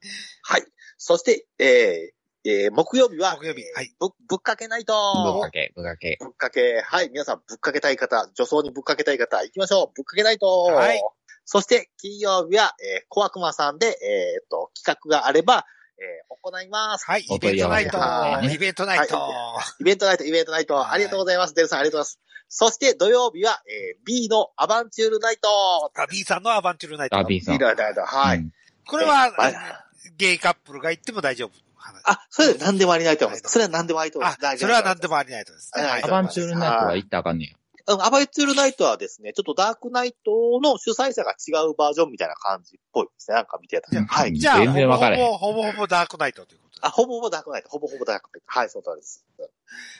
S3: い。そして、えー、えー、木曜日は、
S1: 木曜日
S3: えー
S1: はい
S3: ぶ、ぶっかけナイト。
S2: ぶっかけ、ぶっかけ。
S3: ぶっかけ、はい、皆さんぶっかけたい方、女装にぶっかけたい方、行きましょう。ぶっかけないと。
S1: はい
S3: そして、金曜日は、えー、小悪魔さんで、えーっと、企画があれば、えー行います。
S1: はい、イ
S2: お
S1: ベ
S2: 問
S1: ン
S2: い
S1: ト
S2: 合
S1: ナ
S2: わ
S1: イト
S2: せと。
S3: か
S2: ね
S1: イベントナイト。
S3: イベントナイト、イベントナ
S1: は
S3: イ
S1: い
S3: ト、ありがとうございます。デルさん、ありがとうございます。そして、土曜日は、えー B のアバンチュールナイト。
S1: あ B さんのアバンチュールナイト
S2: あ、。B さ
S3: B
S2: ん。
S3: のナイト、はい。
S2: うん。
S1: これは、
S3: はい
S1: ゲイカップルが行っても大丈夫。話
S3: あ、それで何でもありないと思います。それは何でもありと思いま
S1: あ
S3: す。大、丈
S1: そ
S3: 夫
S1: れは何でもありないとですね。
S3: はい
S2: アバンチュールナイトは行ったらあかんね
S3: うんアバンチュールナイトはですね、ちょっとダークナイトの主催者が違うバージョンみたいな感じっぽいですね。なんか見てたら。はい。
S1: じゃあ、
S2: 全然分からへん
S1: ほぼほぼほぼほぼダークナイトということで
S3: あ、。ほぼほぼダークナイト、ほぼほぼダークナイト。はい、そうなんです。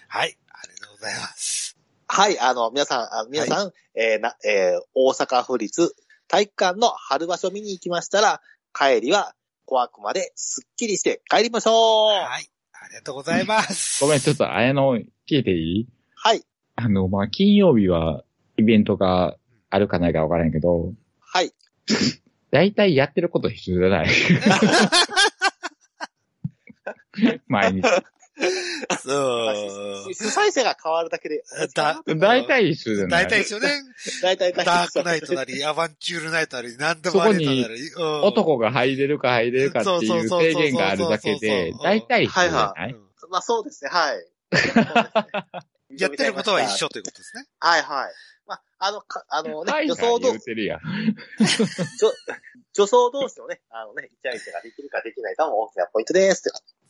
S1: はい。ありがとうございます。
S3: はい、あの、皆さん、あ皆さん、えーな、えー大阪府立体育館の春場所見に行きましたら、帰りは小悪魔ですっきりして帰りましょう
S1: はい。ありがとうございます。
S2: や。 <laughs> ごめん、ちょっと、あやの、聞いてい <laughs> い
S3: はい、
S2: あの、まあ、金曜日は、イベントがあるかないかわからんけど、
S3: はい。
S2: 大体やってること一緒じゃない。 <laughs> 毎日。
S1: そう。
S3: 主催者が変わるだけで、
S1: だ
S2: 大体一緒じゃない。
S1: 大体ですよね。
S3: <laughs> 大体大体
S1: ダークナイトなり、アバンチュールナイトなり、何でもありなり。うん
S2: 男が入れるか入れるかって
S1: そう
S2: い
S1: そう
S2: う
S1: そうそう
S2: 制限があるだ
S1: そ
S2: けで
S1: うそうそう、
S2: 大体一緒じゃ
S1: う
S2: ない
S1: ん
S3: <laughs> まあそうですね、はい。
S1: <laughs> やってることは一。緒ということですね。
S3: はいはい。まあ、あの、かあのね、
S2: 大
S3: 予
S2: 体
S3: 想通
S2: 言
S3: り
S2: う、てるやん。
S3: 女女装同士のね、あのね、イチャイチャができるかできないかも大きなポイントです。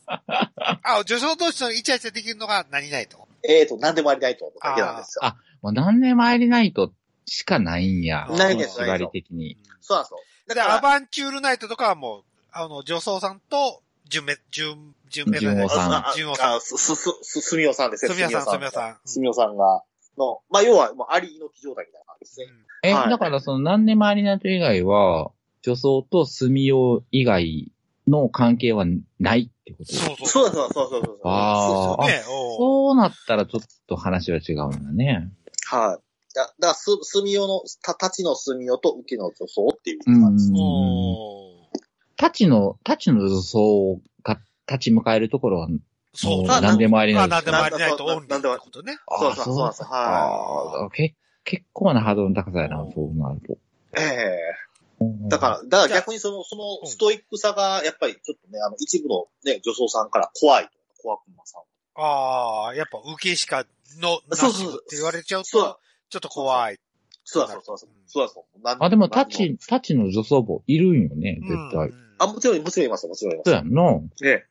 S1: あ、女装同士のイチャイチャできるのが何ないと。
S3: えーと、何でもありないと思うだけなんですよ。
S2: あもう何年前にないとしかないんや。
S1: ないです
S2: 縛り的に。
S3: そうなんですよ。だ
S1: で、
S3: か
S1: ア
S3: ら、
S1: バンチュールナイトとかはもう、あの、女装さんと、純め、純、純め
S2: 純王さん
S3: あ
S1: 純王
S3: あ
S1: さん。
S3: あす、す、す、す、すみおさんです
S1: す
S3: よ。
S1: みやさん、すみや
S3: ん。
S1: さん。
S3: すみおさんが、の、まあ、要は、もう、ありの木状態みたいな感じですね。
S2: え、
S3: はい
S2: だからその何年前にないと以外は、女装と住用以外の関係はないってこと
S1: そうそう。
S3: そうそうそうそうそう。
S2: あー
S1: そうですよね。おう
S2: そうなったらちょっと話は違うんだね。
S3: はい。だだから、す、炭用の、た、たちの炭用と受けの女装っていう
S2: うん
S3: 感じ。。
S1: おう
S2: タチの、タチの女装が立ち向かえるところは、
S1: そう。
S2: もう何でもありなん
S1: まあ何
S2: す
S1: で
S2: よ
S1: もありないとオンリーってことね。
S3: そうそうそうそう。は
S2: あーけ結構なハードルの高さやな、そうなると。
S3: い。ええだから、だから逆にその、そのストイックさが、やっぱりちょっとね、あの、一部のね、女装さんから怖いとか、怖くまさん。
S1: ああ、やっぱ受けしかの、なし
S3: そうそうそう
S1: って言われちゃう
S3: そう
S1: と、ちょっと怖い。
S3: そうだそうそうそう。そうだそう。なん
S2: あ、でも、
S3: な
S2: タ
S3: ん
S2: チ、タチの女装帽いるんよね、絶
S1: うんう
S2: 対。
S1: ん
S3: あ、もちろん、もちろんいます、もちろんいま
S2: そう
S3: す。
S2: やんの。
S3: ええ。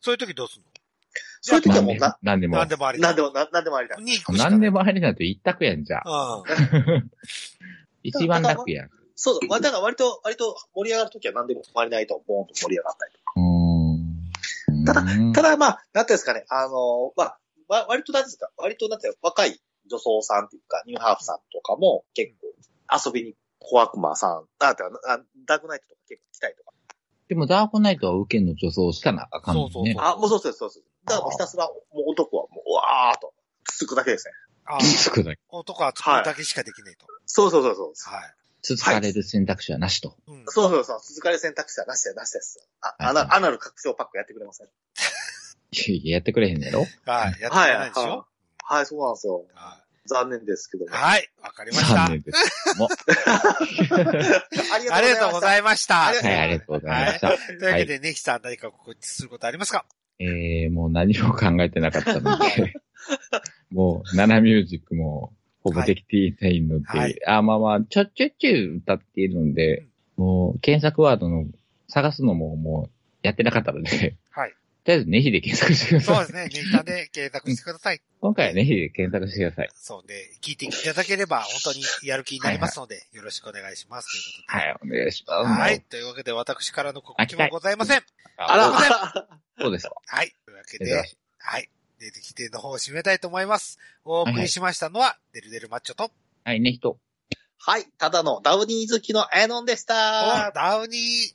S1: そういう時どうすん
S3: そういう時はもう
S2: なんで
S3: な、
S2: なんで
S1: の
S2: も
S1: 何。でもあり。
S3: なんでも、ななんでもありだ。
S1: に行くしか
S2: な
S1: ない
S2: んでもありなんて一択やんじゃあ。
S1: う
S2: 一番楽やん。
S3: そうそう。わだから割と、割と盛り上がるときは何でも止まりないと、ボーンと盛り上がったりとか。
S2: うん。
S3: ただ
S2: うん
S3: ただまあ、なんていうんですかね、あの、まあ、わ割となんていうんですか、割となんていうんですか若い女装さんっていうか、ニューハーフさんとかも結構遊びに小悪魔さん、あ、てかあダークナイトとか結構来たりとか。
S2: でも、ダークナイトは受けの女装したなあかんもんね。
S1: そうそうそう
S3: あ、もうそうそうそうそう。だからもうひたすら、もう男はもう、うわーっと、つつくだけですね。
S1: ああ、
S2: つつくだけ。
S1: 男は作るだけしかできねえと。
S3: そうそうそうそう。
S1: はい。
S2: つつかれる選択肢はなしと。
S1: うん
S3: そうそうそう。続かれ選択肢はなしだよなしです。あ、
S2: はい
S3: アナアナル拡張パックやってくれません。
S2: いやいや、やってくれへんやろ
S1: はい。やってないでしょ
S3: はい、そうなんですよ。
S1: は
S3: 残念ですけども。
S1: い。はい。わかりました。
S2: 残
S1: あ
S2: 念です。もう、
S3: あ
S1: りがとうござ
S3: い
S1: いました。
S3: ありが
S2: はい、ありがとうございました。
S1: というわけで、ネヒさん何か告知することありますか
S2: えー、もう何も考えてなかった
S1: <laughs>
S2: ので、もう、ナナミュージックも、ほぼできていないので、
S1: はい
S2: あ、まあまあ、ちょっちょいちょい歌っているので、もう、検索ワードの、探すのももう、やってなかったので、
S1: はい。
S2: とりあえずネヒで検索してくだ
S1: そう
S2: さ
S1: で
S2: い。
S1: すね。ネヒさんで検索してください。
S2: 今回はネヒで検索してください。
S1: そうで、聞いていただければ、本当にやる気になりますので、よろしくお願いします。ということで。
S2: はい、お願いします。
S1: はい。。というわけで、私からの告知もございません。
S2: あ
S3: あ
S2: ら、
S3: ら、
S2: そ
S1: <laughs>
S2: うですか。
S1: はい。というわけ
S2: 珍
S1: で
S2: し、
S1: はい。出てきての方を締めたいと思います。お送りしましたのは、デルデルマッチョと、
S2: はい、ネヒと。
S3: はい、ただのダウニー好きのエノンでした。
S1: ダウニー、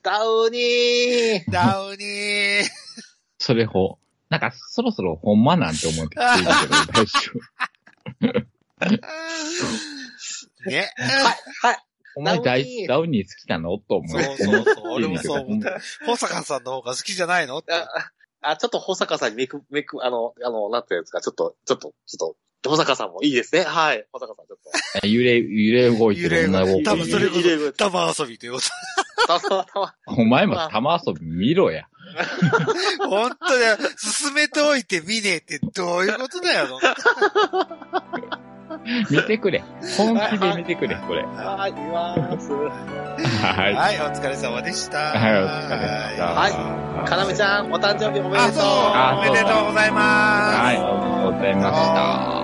S3: ダウニー
S1: ダウニー。
S2: それほ、なんか、そろそろほんまなんて思ってきて
S1: <laughs>
S2: るけど、大丈夫。
S1: ね。
S3: はい、はい。
S2: お前ダ
S3: ダウ
S2: イ
S3: ニー
S2: ダウニー好きなのと思
S1: そ
S2: っ
S1: う
S2: て。 <laughs>
S1: そうそう。俺もそう思った。保坂さんの方が好きじゃないのって
S3: あ、あちょっと保坂さんにめく、めく、あの、あの、なんていうんですか、ちょっと、ちょっと、ちょっと、保坂さんもいいですね。はい。保坂さん、ちょっと。
S2: 揺れ、揺れ動いてる女
S1: 揺
S2: 心
S1: れ
S2: に。
S1: 多分それこ
S3: いいねいいね
S1: そ、玉遊びというこ
S3: たまたま。
S2: お前も玉遊び見ろや。
S1: と。本当だよ。進めておいて見ねえってどういうことだよ。
S2: 見てくれ。本気で見てくれ、これ。
S3: はい、います。
S2: はい。
S1: はい、お疲れ様でした。
S2: はい、お疲れ様でした。
S1: はい
S3: かなめちゃん、お誕生日おめで
S1: あ、
S3: とう。
S1: そう、おめでとうございます。
S2: はい、ありがとうございました。